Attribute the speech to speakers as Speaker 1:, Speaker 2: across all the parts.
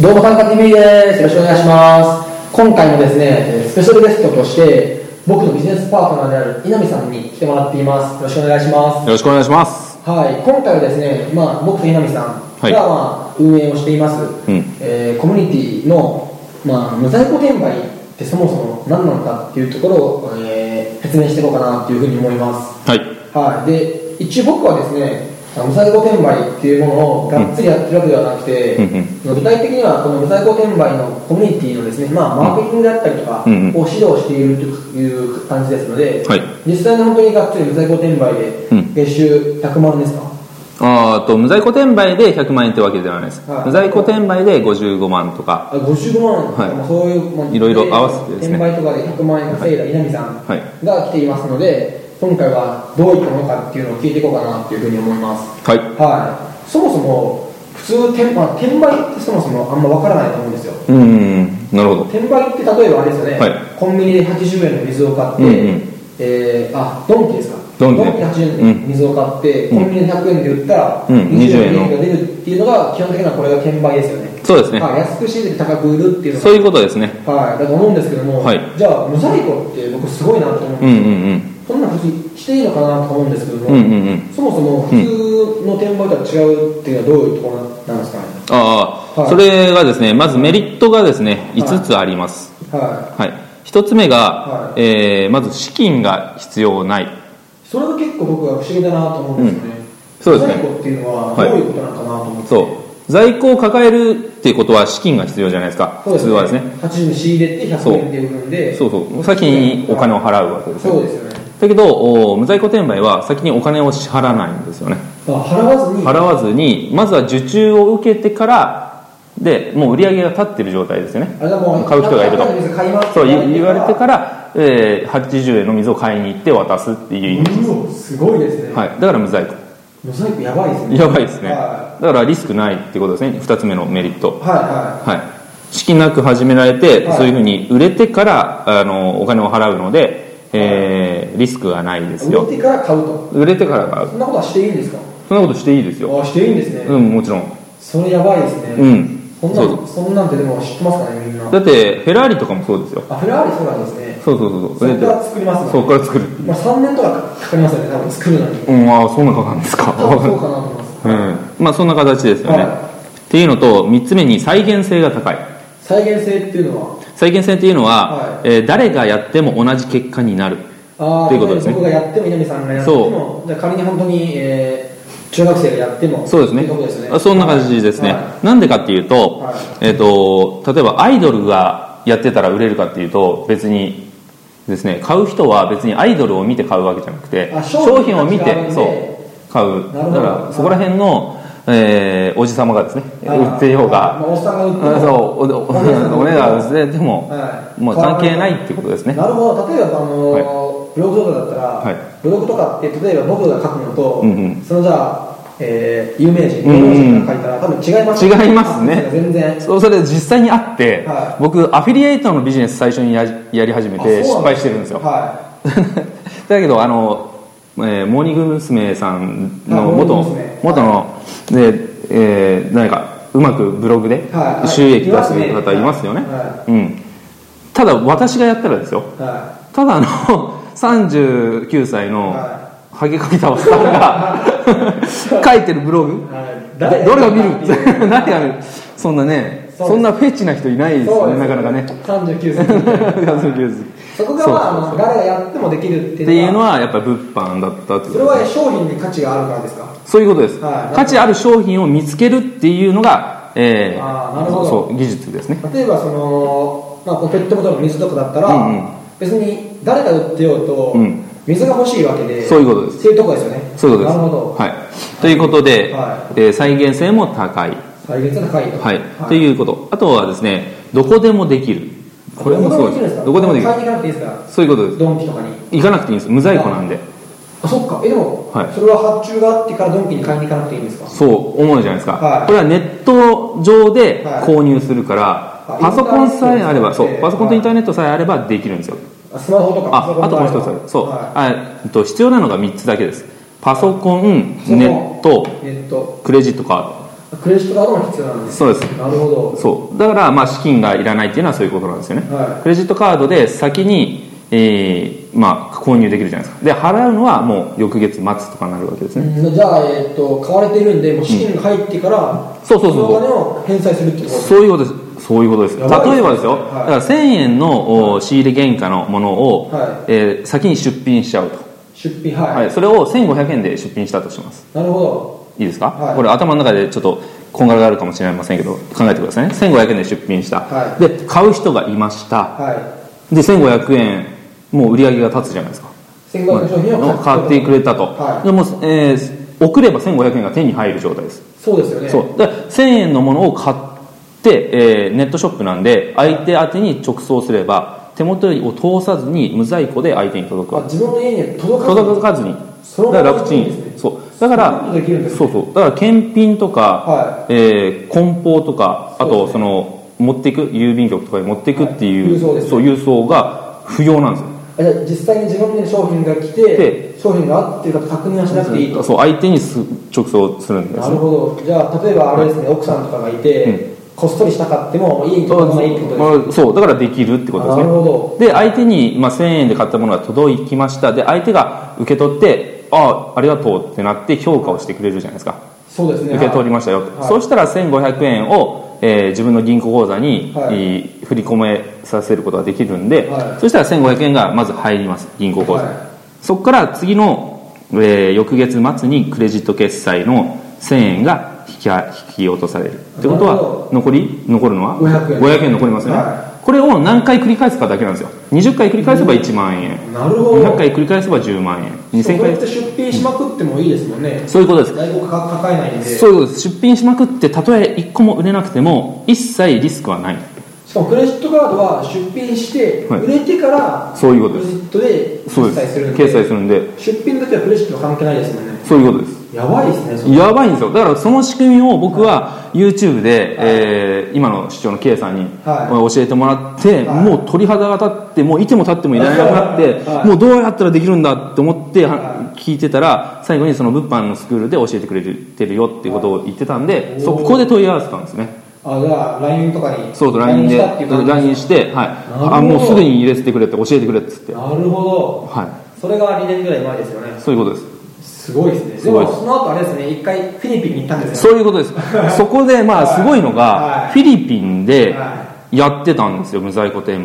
Speaker 1: どうも、カンカティです。よろしくお願いします。今回もですね、えースペシャルゲストとして、僕のビジネスパートナーである稲見さんに来てもらっています。よろしくお願いします。
Speaker 2: よろしくお願いします。
Speaker 1: はい、今回はですね、まあ、僕と稲見さん
Speaker 2: はい
Speaker 1: が、まあ、運営をしています、
Speaker 2: うん
Speaker 1: えーコミュニティの、まあ、無在庫転売ってそもそも何なのかっていうところを、えー説明していこうかなっていうふうに思います。
Speaker 2: はい。
Speaker 1: はい、で一応僕はですねあの無在庫転売っていうものをがっつりやってるわけではなくて、
Speaker 2: うんうん
Speaker 1: 具体的にはこの無在庫転売のコミュニティのですね、まあ、マーケティングであったりとかを
Speaker 2: うん
Speaker 1: 指
Speaker 2: うん
Speaker 1: 導しているという感じですので、
Speaker 2: はい
Speaker 1: 実際に本当にがっつり無在庫転売
Speaker 2: う
Speaker 1: で
Speaker 2: ん
Speaker 1: 月収100万ですか、
Speaker 2: あーと無在庫転売で100万円ってわけではないです。
Speaker 1: はい
Speaker 2: 無在庫転売で55万とか。
Speaker 1: あ55万とか、
Speaker 2: はい
Speaker 1: まあそういう、まあ
Speaker 2: いろいろ合わせてですね
Speaker 1: 転売とかで100万円稼いだ稲見さん
Speaker 2: はい
Speaker 1: が来ていますので、今回はどういったものかっていうのを聞いていこうかなっていうふうに思います
Speaker 2: はい。
Speaker 1: はい、そもそも普通転,、まあ、転売ってそもそもあんま分からないと思うんですよ
Speaker 2: うーん、なるほど。
Speaker 1: 転売って例えばあれですよね、
Speaker 2: はい
Speaker 1: コンビニで80円の水を買って、
Speaker 2: うんうん
Speaker 1: えーあドンキですか
Speaker 2: ドンキ
Speaker 1: で80円の水を買って、
Speaker 2: うん
Speaker 1: コンビニで100円で売ったら、
Speaker 2: うん
Speaker 1: 20
Speaker 2: 20
Speaker 1: 円
Speaker 2: 円
Speaker 1: の
Speaker 2: の
Speaker 1: 利益が出るっていうのが基本的にはこれが転売ですよね
Speaker 2: そうですね。
Speaker 1: はい、安く仕入れて高く売るっていうの
Speaker 2: そういうことですね。
Speaker 1: が、はい、だと思うんですけども、
Speaker 2: はい
Speaker 1: じゃあ無在庫って僕すごいなと思って、
Speaker 2: うんうん
Speaker 1: こんな普通していいのかなと思うんですけども、
Speaker 2: うん。うんうんうん。
Speaker 1: そもそも普通の転売とは違うっていうのはどういうところなんですかね、
Speaker 2: ああ、
Speaker 1: はい
Speaker 2: それがですね、まずメリットがですね、
Speaker 1: はい
Speaker 2: 5つあります。
Speaker 1: は
Speaker 2: はい。1つ目が、
Speaker 1: はい
Speaker 2: えーまず資金が必要ない。
Speaker 1: い、それが結構僕は不思議だなと思うんですよね、
Speaker 2: そうですね
Speaker 1: 在庫っていうのはどう
Speaker 2: はい
Speaker 1: いうことなのかなと思って、
Speaker 2: そう。在庫を抱えるっていうことは資金が必要じゃないですか。
Speaker 1: そうです
Speaker 2: 普通はですね。
Speaker 1: 80円仕入れて100円で売るんで、
Speaker 2: そうそう。先にお金を払うわけですね
Speaker 1: そうですよね、
Speaker 2: だけどお無在庫転売は先にお金を支払わないんですよね
Speaker 1: まあ、払わずに、
Speaker 2: 払わずにまずは受注を受けてからでもう売り上げが立ってる状態ですよね
Speaker 1: あれだもう
Speaker 2: 買う人がいると
Speaker 1: 100円の水買います
Speaker 2: そう言言われて
Speaker 1: ら、
Speaker 2: から、えー80円の水を買いに行って渡すっていう意味、
Speaker 1: うおすごいですね、
Speaker 2: はい、だから無在庫
Speaker 1: モザイクやばいですね、
Speaker 2: やばいですねだ
Speaker 1: は
Speaker 2: からリスクないってことですね2つ目のメリット
Speaker 1: い、は
Speaker 2: はい資金なく始められて、
Speaker 1: はい
Speaker 2: そういうふうに売れてからあのお金を払うので、えーリスクがないで
Speaker 1: い
Speaker 2: す
Speaker 1: はい、売
Speaker 2: よ
Speaker 1: ってから買うと、
Speaker 2: 売れてからが
Speaker 1: そんなことはしていいんですか、
Speaker 2: そんなことしていいですよ
Speaker 1: あしていいんですね、
Speaker 2: うんもちろん
Speaker 1: それやばいですね、
Speaker 2: うん
Speaker 1: そんな
Speaker 2: そ
Speaker 1: んそんなんてでも知ってますかね、みんな。
Speaker 2: だってフェラーリとかもそうですよ
Speaker 1: あフェラーリそうなんですね
Speaker 2: そうそうそう
Speaker 1: それから作りますね
Speaker 2: そうこから作るっていう
Speaker 1: まあ、3年とかかかりますよね多分作るのに
Speaker 2: うんああそんなかかるんですか
Speaker 1: 多分そうかなと思います
Speaker 2: うんまあそんな形ですよね、
Speaker 1: は
Speaker 2: っていうのと3つ目に再現性が高い
Speaker 1: 再現性っていうのは
Speaker 2: 再現性っていうのは、
Speaker 1: は
Speaker 2: えー誰がやっても同じ結果になる
Speaker 1: ああ
Speaker 2: ということですね
Speaker 1: 僕がやっても稲見さんがやってもじゃあ仮に本当に、えー中学生がやっても
Speaker 2: そうですね
Speaker 1: ってことですよね
Speaker 2: あそんな感じですね、
Speaker 1: は
Speaker 2: なんでかっていうと,、
Speaker 1: はい
Speaker 2: えー、と例えばアイドルがやってたら売れるかっていうと別にですね買う人は別にアイドルを見て買うわけじゃなくて
Speaker 1: あ商
Speaker 2: 商
Speaker 1: 品
Speaker 2: 品
Speaker 1: の
Speaker 2: を見
Speaker 1: 違いで
Speaker 2: てそう買う
Speaker 1: なる
Speaker 2: だ
Speaker 1: ほ
Speaker 2: か
Speaker 1: ど
Speaker 2: らそこら辺の、えーおじさまがですね
Speaker 1: あー
Speaker 2: 売ってよう
Speaker 1: まあ、
Speaker 2: が
Speaker 1: おっさんが売っても
Speaker 2: そうおお
Speaker 1: お姉さんが
Speaker 2: お値段ですねでも、
Speaker 1: はい
Speaker 2: もう関係ないってことですね
Speaker 1: なるほど例えばあのーブログとかだったら、
Speaker 2: はい
Speaker 1: ブログとかって例えば僕が書くのと、
Speaker 2: うんうん
Speaker 1: そのじゃあ、えー有名人
Speaker 2: うんうん
Speaker 1: 芸能人が書いたら多分違いますよ
Speaker 2: 違いますね
Speaker 1: あ全然
Speaker 2: そうそれ実際にあって、
Speaker 1: はい
Speaker 2: 僕アフィリエイトのビジネス最初にややり始めて
Speaker 1: あそう
Speaker 2: 失
Speaker 1: なん
Speaker 2: 敗してるんですよ
Speaker 1: は
Speaker 2: だけどあの、えーモーニング娘。さん
Speaker 1: あ
Speaker 2: の
Speaker 1: モーニン
Speaker 2: 元
Speaker 1: グ娘
Speaker 2: 元の、で、えー何かうまくブログで
Speaker 1: はい
Speaker 2: 収益出す方いますよね、
Speaker 1: は
Speaker 2: うん、ただ私がやったらですよ
Speaker 1: い、は
Speaker 2: ただあの39歳の
Speaker 1: は
Speaker 2: ハゲかけたおっさん が書いてるブログ
Speaker 1: いはい、
Speaker 2: 誰が見る
Speaker 1: っていう
Speaker 2: 誰が見るそんなね
Speaker 1: そうです
Speaker 2: そんなフェチな人いないです
Speaker 1: そ
Speaker 2: よ
Speaker 1: う
Speaker 2: ね
Speaker 1: です
Speaker 2: なかなかね
Speaker 1: 39歳そこがまああの
Speaker 2: そうそうそう
Speaker 1: 誰がやってもできるって
Speaker 2: って
Speaker 1: い
Speaker 2: いうう
Speaker 1: の
Speaker 2: の
Speaker 1: は
Speaker 2: はやっぱり物販だったって
Speaker 1: そ
Speaker 2: こ
Speaker 1: れ
Speaker 2: と
Speaker 1: は
Speaker 2: ですね
Speaker 1: 商品に価値があるからですか
Speaker 2: そういうことです
Speaker 1: はい
Speaker 2: 価値ある商品を見つけるっていうのがえー
Speaker 1: あーなるほど
Speaker 2: そう技術ですね
Speaker 1: 例えばその、まあ、こうペットボトルの水とかだったら、
Speaker 2: うんうん
Speaker 1: 別に誰が売ってようと、
Speaker 2: うん
Speaker 1: 水が欲しいわけで
Speaker 2: そういうことです
Speaker 1: っていうとこですよね
Speaker 2: そういうことです
Speaker 1: なるほど、
Speaker 2: はいということで
Speaker 1: は
Speaker 2: えー再現性も高い
Speaker 1: 再現性高いと
Speaker 2: はいということあとはですねどこでもできるこれもすごい
Speaker 1: どこでもできるんですか
Speaker 2: どこでもできる
Speaker 1: 買いに行かなくていいですか
Speaker 2: そういうことです
Speaker 1: ドンキとかに
Speaker 2: 行かなくていいんです無在庫なんで
Speaker 1: あそっかえでも、
Speaker 2: はい
Speaker 1: それは発注があってからドンキに買いに行かなくていいんですか
Speaker 2: そう思うじゃないですか、
Speaker 1: はい
Speaker 2: これはネット上で
Speaker 1: はい
Speaker 2: 購入するから、
Speaker 1: い
Speaker 2: パソコンさえあれ
Speaker 1: イン
Speaker 2: ば
Speaker 1: ター
Speaker 2: そ
Speaker 1: ネットですね
Speaker 2: うパソコンとインターネットさえあればできるんですよ、
Speaker 1: あスマホとか
Speaker 2: ああともう一つあるそう、
Speaker 1: は
Speaker 2: あえっと必要なのが3つだけですパソコン
Speaker 1: い
Speaker 2: ネット
Speaker 1: ネット
Speaker 2: クレジットカード
Speaker 1: クレジットカードも必要なんです
Speaker 2: そうです
Speaker 1: なるほど
Speaker 2: そうだからまあ資金がいらないっていうのはそういうことなんですよね、
Speaker 1: は
Speaker 2: クレジットカードで先に、えーまあ、購入できるじゃないですかで払うのはもう翌月末とかになるわけですね、
Speaker 1: うんじゃあ、えっと買われてるんでもう資金が入ってから、
Speaker 2: そうそうそう
Speaker 1: のお金を返済するってこと
Speaker 2: そういうことですそういうことです例
Speaker 1: やばいですね
Speaker 2: えばですよ、
Speaker 1: はい
Speaker 2: だから1000円のお仕入れ原価のものを、
Speaker 1: は
Speaker 2: えー先に出品しちゃうと、
Speaker 1: 出費はい、
Speaker 2: はい、それを1500円で出品したとします
Speaker 1: なるほど
Speaker 2: いいですか、
Speaker 1: はい
Speaker 2: これ頭の中でちょっとこんがらがあるかもしれませんけど考えてくださいね1500円で出品した、
Speaker 1: は
Speaker 2: で買う人がいました
Speaker 1: は
Speaker 2: で1500円もう売り上げが立つじゃないですか
Speaker 1: い1500円商品を
Speaker 2: の買ってくれたと、
Speaker 1: はい
Speaker 2: でもう、えー送れば1500円が手に入る状態です、
Speaker 1: そうですよね
Speaker 2: そうで1000円のものを買って、えーネットショップなんで相手宛てに直送すれば手元を通さずに無在庫で相手に届く
Speaker 1: あ自分の家に届かない
Speaker 2: 届かずに
Speaker 1: その
Speaker 2: だから楽ち
Speaker 1: いいですね
Speaker 2: んそうだから
Speaker 1: そんなことできるんですね
Speaker 2: そうそうだから検品とか、
Speaker 1: は
Speaker 2: えー梱包とかあ
Speaker 1: そう
Speaker 2: とその持っていく郵便局とかに持っていくっていう、
Speaker 1: はい郵送ですね
Speaker 2: そう郵送が不要なんですよ
Speaker 1: あじゃあ実際に自分で商品が来て
Speaker 2: で
Speaker 1: 商品が合ってるか確認はしなくていいと
Speaker 2: そう相手にす直送するんです
Speaker 1: なるほどじゃあ例えばあれですね奥さんとかがいて、
Speaker 2: う
Speaker 1: こっそりしたかっても家に
Speaker 2: そう
Speaker 1: 届かないってことです
Speaker 2: まあそうだからできるってことで
Speaker 1: な
Speaker 2: すね
Speaker 1: るほ
Speaker 2: で相手に、まあ、1000円で買ったものが届きましたで相手が受け取ってああありがとうってなって評価をしてくれるじゃないですか
Speaker 1: そうですね
Speaker 2: 受け取りましたよ、
Speaker 1: はい
Speaker 2: そうしたら1500円を、えー自分の銀行口座に、
Speaker 1: はい
Speaker 2: えー振り込めさせることができるんで、
Speaker 1: はい
Speaker 2: そしたら1500円がまず入ります銀行口座、
Speaker 1: はい
Speaker 2: そこから次の、えー翌月末にクレジット決済の1000円が引きあ引き落とされるってこと
Speaker 1: なるほ
Speaker 2: は残り残るのは
Speaker 1: 500円
Speaker 2: 残りますよね、
Speaker 1: は
Speaker 2: これを何回繰り返すかだけなんですよ20回繰り返せば1万円
Speaker 1: なるほど
Speaker 2: 200回繰り返せば10万円2000
Speaker 1: そうや
Speaker 2: 回
Speaker 1: って出品しまくってもいいですもんね、
Speaker 2: そういうことです
Speaker 1: 在庫が抱えないんでし
Speaker 2: そういうことです出品しまくってたとえ1個も売れなくても一切リスクはない
Speaker 1: かもクレジットカードは出品して
Speaker 2: はい
Speaker 1: 売れてから、
Speaker 2: そういうことです
Speaker 1: クレジット
Speaker 2: そ
Speaker 1: で
Speaker 2: う
Speaker 1: 決済する
Speaker 2: で
Speaker 1: んで
Speaker 2: す決済するんで
Speaker 1: 出品だけはクレジットは関係ないですもんね
Speaker 2: そういうことです
Speaker 1: やばいですねそれ
Speaker 2: やばいんですよだからその仕組みを僕は YouTube で、えー今の市長の K さんに
Speaker 1: は
Speaker 2: 教えてもらって、
Speaker 1: はい
Speaker 2: もう鳥肌が立ってもういても立ってもいられなくなって、
Speaker 1: はい
Speaker 2: もうどうやったらできるんだって思って、は
Speaker 1: は
Speaker 2: 聞いてたら最後にその物販のスクールで教えてくれてるよっていうことを言ってたんで、
Speaker 1: はい
Speaker 2: そこで問い合わせたんですね
Speaker 1: あじゃあ LINE とかに
Speaker 2: そうそう LINE で
Speaker 1: したっていう感じ
Speaker 2: LINE して、はい、
Speaker 1: ほど
Speaker 2: あもうすぐに入れてくれって教えてくれっつって、は
Speaker 1: なるほど
Speaker 2: い、
Speaker 1: それが2年ぐらい前ですよね
Speaker 2: そういうことです
Speaker 1: すごいですね
Speaker 2: すごい
Speaker 1: で
Speaker 2: で
Speaker 1: も
Speaker 2: す
Speaker 1: その後あれですね一回フィリピンに行ったんですよ
Speaker 2: そういう ことですそこでま
Speaker 1: はい
Speaker 2: あすごいの
Speaker 1: はい
Speaker 2: がフィリピンで
Speaker 1: は
Speaker 2: やってたんですよ無在庫転売を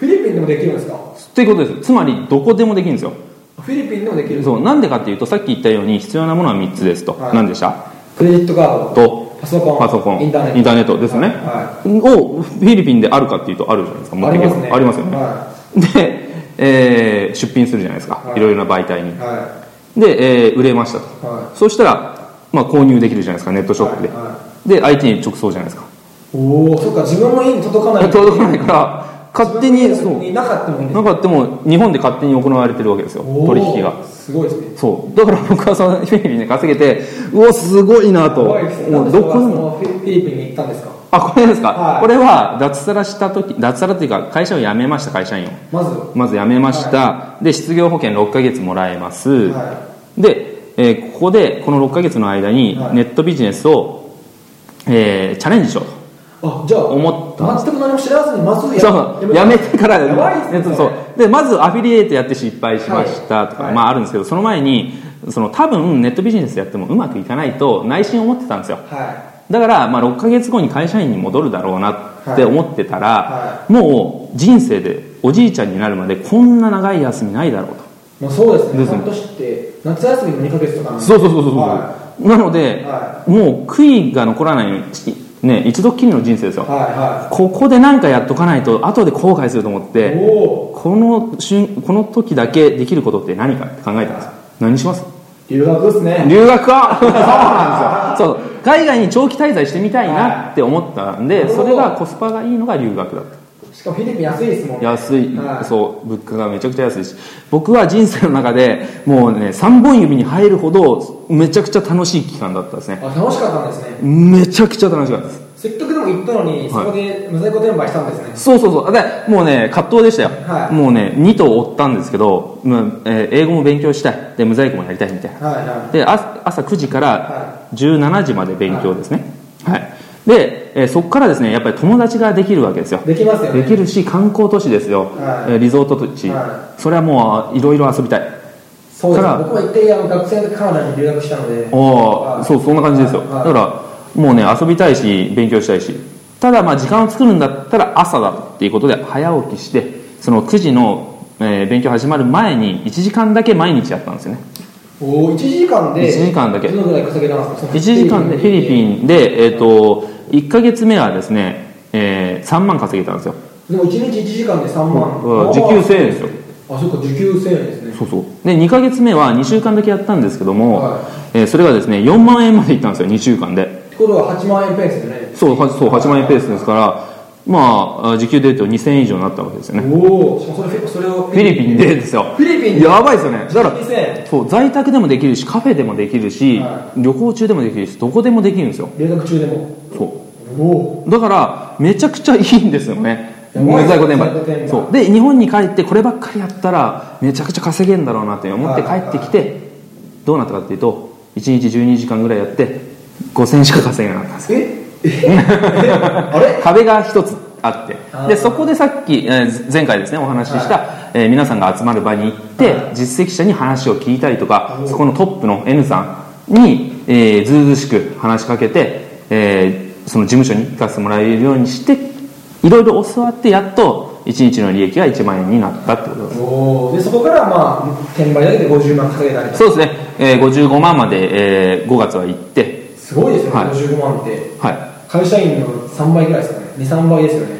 Speaker 1: フィリピンでもできるんですか
Speaker 2: っていうことですつまりどこでもできるんですよ
Speaker 1: フィリピンでもできる
Speaker 2: そうなんでかっていうとさっき言ったように必要なものは3つですと、
Speaker 1: はい
Speaker 2: 何でした
Speaker 1: クレジットカード
Speaker 2: と
Speaker 1: パソコン
Speaker 2: パソコン
Speaker 1: インターネット
Speaker 2: ですよね、
Speaker 1: は
Speaker 2: をフィリピンであるかっていうとあるじゃないですか持っていけばありますよね、
Speaker 1: は
Speaker 2: で、えー出品するじゃないですか、
Speaker 1: はい
Speaker 2: い、ろいろな媒体
Speaker 1: い
Speaker 2: に
Speaker 1: は
Speaker 2: で、えー売れましたと
Speaker 1: いは
Speaker 2: そうしたら、まあ、購入できるじゃないですかネット
Speaker 1: い
Speaker 2: ショップで、
Speaker 1: はいはい
Speaker 2: で相手に直送じゃないですか
Speaker 1: おおそっか自分の家に届かない
Speaker 2: 届かないから勝手に
Speaker 1: 自分
Speaker 2: そ
Speaker 1: の家
Speaker 2: う
Speaker 1: になかったもんね
Speaker 2: なかったも日本で勝手に行われてるわけですよ
Speaker 1: おー
Speaker 2: 取引が
Speaker 1: すごいですね
Speaker 2: そうだから僕はそのフィリピンで稼げてうおすごいなと
Speaker 1: 怖いですねな
Speaker 2: も
Speaker 1: ん
Speaker 2: う
Speaker 1: で
Speaker 2: ど
Speaker 1: そこ
Speaker 2: こ
Speaker 1: は
Speaker 2: で
Speaker 1: そ
Speaker 2: も
Speaker 1: のフィリピンに行ったんですか
Speaker 2: あこれですか、
Speaker 1: はい
Speaker 2: これは脱サラした時脱サラというか会社を辞めました会社員を
Speaker 1: まず
Speaker 2: まず辞めました、で失業保険6ヶ月もらえます、
Speaker 1: は
Speaker 2: で、えーここでこの6ヶ月の間に
Speaker 1: はい
Speaker 2: ネットビジネスを、えーチャレンジしようと
Speaker 1: あじゃあ
Speaker 2: 思った
Speaker 1: 全く何も知らずにまず
Speaker 2: そうやめてから
Speaker 1: やばいですね
Speaker 2: ね
Speaker 1: それ
Speaker 2: そうでまずアフィリエイトやって失敗しましたとか、
Speaker 1: はい
Speaker 2: まあ、あるんですけどその前にその多分ネットビジネスやってもうまくいかないと内心思ってたんですよ
Speaker 1: は
Speaker 2: だからまあ6ヶ月後に会社員に戻るだろうなって思ってたら、
Speaker 1: は
Speaker 2: もう人生でおじいちゃんになるまでこんな長い休みないだろうと
Speaker 1: いもうそうですね
Speaker 2: ですね
Speaker 1: 半年って夏休みの2ヶ月とかなんで
Speaker 2: そうそうそうそうそう、
Speaker 1: は
Speaker 2: なので、
Speaker 1: は
Speaker 2: もう悔いが残らないようにしね一度きりの人生です
Speaker 1: い
Speaker 2: よ、
Speaker 1: は
Speaker 2: ここで何かやっとかないと後で後悔すると思っ
Speaker 1: いはい
Speaker 2: て
Speaker 1: おお
Speaker 2: この瞬この時だけできることって何かって考えたんですよ何します
Speaker 1: 留学ですね
Speaker 2: 留学かそうなんですよ そう海外に長期滞在してみたいなって思ったんで、
Speaker 1: はい
Speaker 2: それがコスパがいいのが留学だった
Speaker 1: しかもフィリピン安いですもんね
Speaker 2: 安い、
Speaker 1: はい
Speaker 2: そう物価がめちゃくちゃ安いし僕は人生の中でもうね3本指に入るほどめちゃくちゃ楽しい期間だったですね
Speaker 1: あ楽しかったんですね
Speaker 2: めちゃくちゃ楽しかったです
Speaker 1: せっかくでも行ったのに、そこで無在庫転売したんですね。
Speaker 2: そうそうそうでもうね葛藤でしたよ、
Speaker 1: はい
Speaker 2: もうね2頭追ったんですけど、まあえー英語も勉強したいで無在庫もやりたいみたいな
Speaker 1: はいは
Speaker 2: であ朝9時
Speaker 1: は
Speaker 2: から17時まで勉強ですね、
Speaker 1: い。
Speaker 2: はい、で、えーそこからですねやっぱり友達ができるわけですよ
Speaker 1: できますよ
Speaker 2: で
Speaker 1: ね
Speaker 2: きるし観光都市ですよ、
Speaker 1: はい
Speaker 2: えーリゾート都市、
Speaker 1: は
Speaker 2: それはもういろいろ遊びたい
Speaker 1: そうです
Speaker 2: から
Speaker 1: 僕も一回あの学生の時カナダに留学したので
Speaker 2: お
Speaker 1: は
Speaker 2: お
Speaker 1: い
Speaker 2: そうそんな感じですよ
Speaker 1: は
Speaker 2: だ
Speaker 1: い
Speaker 2: からもうね遊びたいし勉強したいしただまあ時間を作るんだったら朝だっていうことで早起きしてその9時の、えー勉強始まる前に1時間だけ毎日やったんですよね
Speaker 1: おお1時間で
Speaker 2: 1時間だけ
Speaker 1: どのぐらい稼げたんですか
Speaker 2: 1時間でフィリ
Speaker 1: ン
Speaker 2: ピンで、えー、と1か月目はですね、え3万稼げたんですよ
Speaker 1: でも1日1時間で3万、
Speaker 2: うん時給1000円ですよ
Speaker 1: あそっか時給1000円ですね
Speaker 2: そうそうで2か月目は2週間だけやったんですけども、
Speaker 1: は
Speaker 2: えーそれがですね4万円までいったんですよ2週間で
Speaker 1: ってことは8万円ペースでね
Speaker 2: そうはそう8万円ペースですからまああ時給でいうと2000円以上になったわけですよね
Speaker 1: おおしかもそれそれを
Speaker 2: フィリピンでですよ
Speaker 1: フィリピンで
Speaker 2: やばいですよねだから
Speaker 1: 2000円
Speaker 2: そう在宅でもできるしカフェでもできるし、
Speaker 1: は
Speaker 2: 旅行中でもできるしどこでもできるんですよ
Speaker 1: 留学中でも
Speaker 2: そ
Speaker 1: おお
Speaker 2: うだからめちゃくちゃいいんですよね
Speaker 1: やばい
Speaker 2: 在庫転
Speaker 1: 在庫転売
Speaker 2: 売そうで日本に帰ってこればっかりやったらめちゃくちゃ稼げんだろうなって思って帰ってきてどうなったかっていうと1日12時間ぐらいやって5000円しか稼げなかったんです
Speaker 1: ええあれ
Speaker 2: 壁が一つあって
Speaker 1: あー
Speaker 2: でそこでさっき、えー前回ですねお話しした、えー皆さんが集まる場に行って、
Speaker 1: は
Speaker 2: 実績者に話を聞いたりとか
Speaker 1: おー
Speaker 2: そこのトップの N さんに、えー、ずうずうしく話しかけて、えーその事務所に行かせてもらえるようにしていろいろ教わってやっと1日の利益が1万円になったってことです
Speaker 1: おおでそこからまあ転売だけで50万稼げたりと
Speaker 2: そうですね、えー55万まで、え5月は行って
Speaker 1: すごいですよね、
Speaker 2: はい
Speaker 1: 55万って
Speaker 2: は
Speaker 1: 会社員の3倍ぐらいですかね23倍ですよね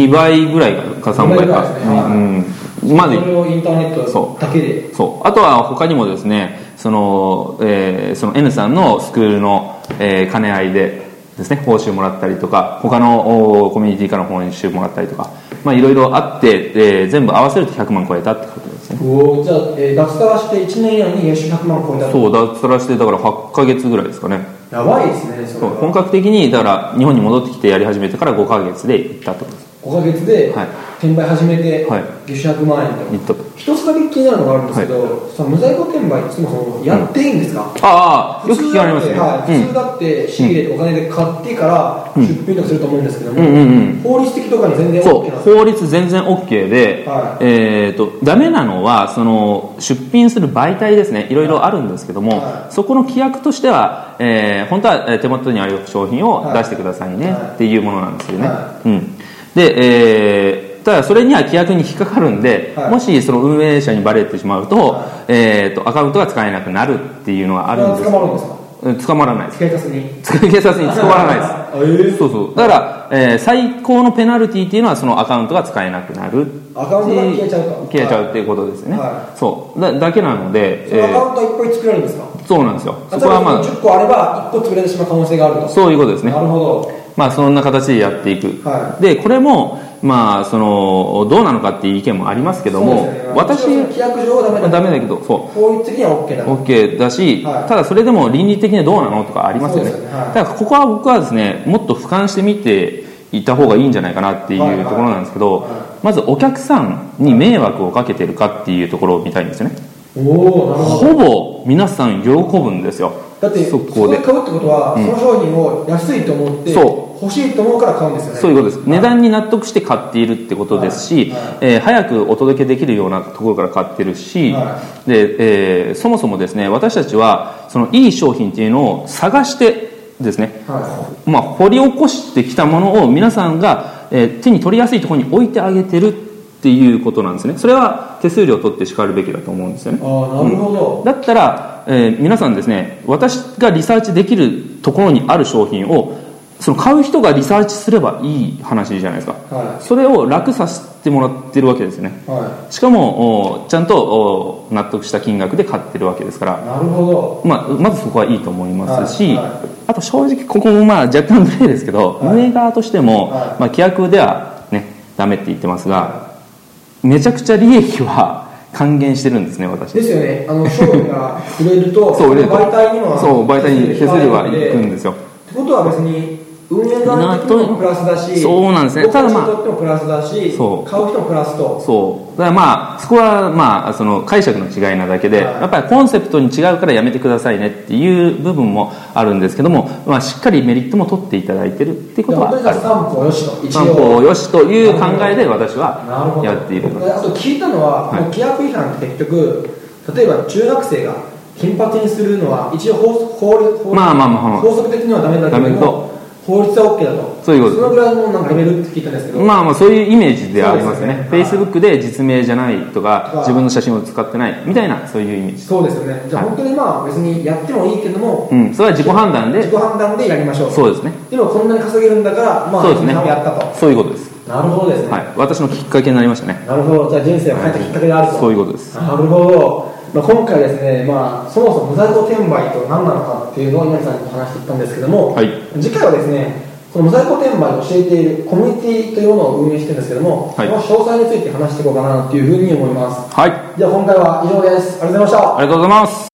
Speaker 2: い2倍ぐらいか3倍
Speaker 1: 二倍ぐら
Speaker 2: か
Speaker 1: いですねはい
Speaker 2: うん、まで
Speaker 1: それをインターネットだけで
Speaker 2: そうあとは他にもですねその、えーその N さんのスクールの、えー兼ね合いでですね報酬もらったりとか他のおーコミュニティからの報酬もらったりとかまあいろいろあって、えー全部合わせると100万超えたってことですね
Speaker 1: おおじゃあ、えー、脱サラして1年以内に年収100万超えたって
Speaker 2: そう脱サラしてだから8ヶ月ぐらいですかね
Speaker 1: やばいですねそれ
Speaker 2: そう本
Speaker 1: は
Speaker 2: 格的にだから日本に戻ってきてやり始めてから5ヶ月で行ったってことです
Speaker 1: 5ヶ月で
Speaker 2: はい
Speaker 1: 転売始めて
Speaker 2: はい
Speaker 1: 月収100万円と、
Speaker 2: 行ったと
Speaker 1: 一つだけ気になるのがあるんですけど、その無在庫転売ってそもそもやっていいんですか、
Speaker 2: ああよく聞かれますね、
Speaker 1: はい、
Speaker 2: うん
Speaker 1: 普通だって仕入れてお金で買ってから出品とかすると思うんですけども、
Speaker 2: うんうんうん
Speaker 1: 法律的とかに全然 OK
Speaker 2: そ
Speaker 1: なん
Speaker 2: う
Speaker 1: です
Speaker 2: 法律全然 OK で、
Speaker 1: は
Speaker 2: えー、とダメなのはその出品する媒体ですねいろいろあるんですけども、
Speaker 1: は
Speaker 2: そこの規約としては、えー本当はえー手元にある商品を
Speaker 1: はい
Speaker 2: 出してくださいね、
Speaker 1: はい
Speaker 2: っていうものなんですよね、
Speaker 1: は
Speaker 2: うん、で、えーただそれには規約に引っかかるんで、
Speaker 1: はい
Speaker 2: もしその運営者にバレてしまうと,、
Speaker 1: は
Speaker 2: えー、とアカウントが使えなくなるっていうのがあるんです
Speaker 1: 捕まるんですか
Speaker 2: うん捕まらないです
Speaker 1: 警察に
Speaker 2: 警察に捕まらないです
Speaker 1: え
Speaker 2: そうそうだから、えー最高のペナルティっていうのはそのアカウントが使えなくなる
Speaker 1: アカウントが消えちゃうと
Speaker 2: 消えちゃうっていうことですよね、
Speaker 1: は
Speaker 2: そうだだけなので
Speaker 1: そのア
Speaker 2: えー
Speaker 1: カウントはいっぱい作れるんですか
Speaker 2: そうなんですよそ
Speaker 1: 例え
Speaker 2: こは
Speaker 1: ば
Speaker 2: ま
Speaker 1: 10個あれば1個作れてしまう可能性がある
Speaker 2: あ
Speaker 1: と
Speaker 2: そういうことですね
Speaker 1: なるほ
Speaker 2: まあそんな形でやっていく、
Speaker 1: は
Speaker 2: でこれもまあそのどうなのかっていう意見もありますけ
Speaker 1: ど
Speaker 2: ども、
Speaker 1: そうですね
Speaker 2: 私
Speaker 1: 一応規約上はダメだ
Speaker 2: ダメだけどそう
Speaker 1: 法律的には OK だ
Speaker 2: OK だし、
Speaker 1: はい
Speaker 2: ただそれでも倫理的にはどうなのとかありますよね
Speaker 1: そうですよねはい
Speaker 2: だからここは僕はですねもっと俯瞰してみていった方がいいんじゃないかなってい
Speaker 1: はいは
Speaker 2: う
Speaker 1: い
Speaker 2: ところなんですけど、
Speaker 1: はい
Speaker 2: まずお客さんに迷惑をかけてるかっていうところを見たいんですよね
Speaker 1: おおなるほど
Speaker 2: ほぼ皆さん喜ぶんですよ
Speaker 1: だってそ
Speaker 2: そ
Speaker 1: こ
Speaker 2: こ
Speaker 1: で
Speaker 2: で
Speaker 1: 買うってことは、その商品を安いと思って
Speaker 2: そ
Speaker 1: 欲しいと思うから買うんですよね
Speaker 2: そういうことです値段に納得して買っているってことですし、
Speaker 1: はいはい
Speaker 2: えー早くお届けできるようなところから買ってるし、
Speaker 1: は
Speaker 2: でえーそもそもですね私たちはそのいい商品っていうのを探してですね、
Speaker 1: は
Speaker 2: まあ、掘り起こしてきたものを皆さんが、えー手に取りやすいところに置いてあげてるっていうことなんですねそれは手数料を取ってしかるべきだと思うんですよね
Speaker 1: ああなるほど、
Speaker 2: だったら、えー皆さんですね私がリサーチできるところにある商品をその買う人がリサーチすればいい話じゃないですか
Speaker 1: は
Speaker 2: それを楽させてもらってるわけですよね
Speaker 1: いは
Speaker 2: しかもおちゃんとお納得した金額で買ってるわけですから
Speaker 1: いなるほど
Speaker 2: まあ、まずそこはいいと思いますし、
Speaker 1: はいは
Speaker 2: あと正直ここもまあ若干無礼ですけど、
Speaker 1: はい
Speaker 2: 運営側としても、
Speaker 1: はい
Speaker 2: まあ、規約ではねダメって言ってますがめちゃくちゃ利益は 還元してるんですね私
Speaker 1: ですよね、あの商品が売れると、
Speaker 2: そう売れると
Speaker 1: 媒体にも
Speaker 2: そう媒体に削るはいくんですよ
Speaker 1: ってことは別に、運営側にとってもプラスだし
Speaker 2: そうなんですね
Speaker 1: 僕たち
Speaker 2: ただ
Speaker 1: に
Speaker 2: まあ
Speaker 1: とってもプラスだし
Speaker 2: そう
Speaker 1: 買う人もプラスと
Speaker 2: そうだからまあそこはまあその解釈の違いなだけで、
Speaker 1: はい
Speaker 2: やっぱりコンセプトに違うからやめてくださいねっていう部分もあるんですけども、まあ、しっかりメリットも取っていただいてるっていうことは
Speaker 1: 本当に
Speaker 2: あ
Speaker 1: さ
Speaker 2: る
Speaker 1: 三歩よしと一
Speaker 2: 担保
Speaker 1: 応
Speaker 2: をよしという考えで私はやっている
Speaker 1: であと聞いたのは、こ
Speaker 2: はい
Speaker 1: の規約違反って結局例えば中学生が金髪にするのは一応法法律法律
Speaker 2: まあまあまあまあ
Speaker 1: 法則的にはダメだけ
Speaker 2: ダ
Speaker 1: ど
Speaker 2: メだと
Speaker 1: も法律は OK だと
Speaker 2: そういうことです
Speaker 1: そのぐらいのなんかレベルって聞いたんですけど、
Speaker 2: まあまあそういうイメージでありますね
Speaker 1: そう
Speaker 2: フェ
Speaker 1: で
Speaker 2: イ
Speaker 1: す
Speaker 2: ス
Speaker 1: よね
Speaker 2: ブックで実名じゃないとか
Speaker 1: はい
Speaker 2: 自分の写真を使ってないみたいなそういうイメージ
Speaker 1: そうですよねじゃあ
Speaker 2: はい
Speaker 1: 本当にまあ別にやってもいいけども、
Speaker 2: うんそれは自己判断
Speaker 1: 自
Speaker 2: で
Speaker 1: 己判断でやりましょう
Speaker 2: そうですね
Speaker 1: でもこんなに稼げるんだからまあ
Speaker 2: そうです
Speaker 1: み
Speaker 2: ね
Speaker 1: んなもやったと
Speaker 2: そういうことです
Speaker 1: なるほどですね、
Speaker 2: はい私のきっかけになりましたね
Speaker 1: なるほどじゃあ人生を変えたきっかけであると、
Speaker 2: そういうことです
Speaker 1: なるほど、まあ、今回ですね、まあ、そもそも無在庫転売とは何なのかっていうのを皆さんにお話していったんですけども、
Speaker 2: はい
Speaker 1: 次回はですねこの無在庫転売を教えているコミュニティというものを運営してるんですけども、
Speaker 2: はい
Speaker 1: その詳細について話していこうかなというふうに思います
Speaker 2: はいあり
Speaker 1: では今回は以上ですありがとうございました
Speaker 2: がとうございます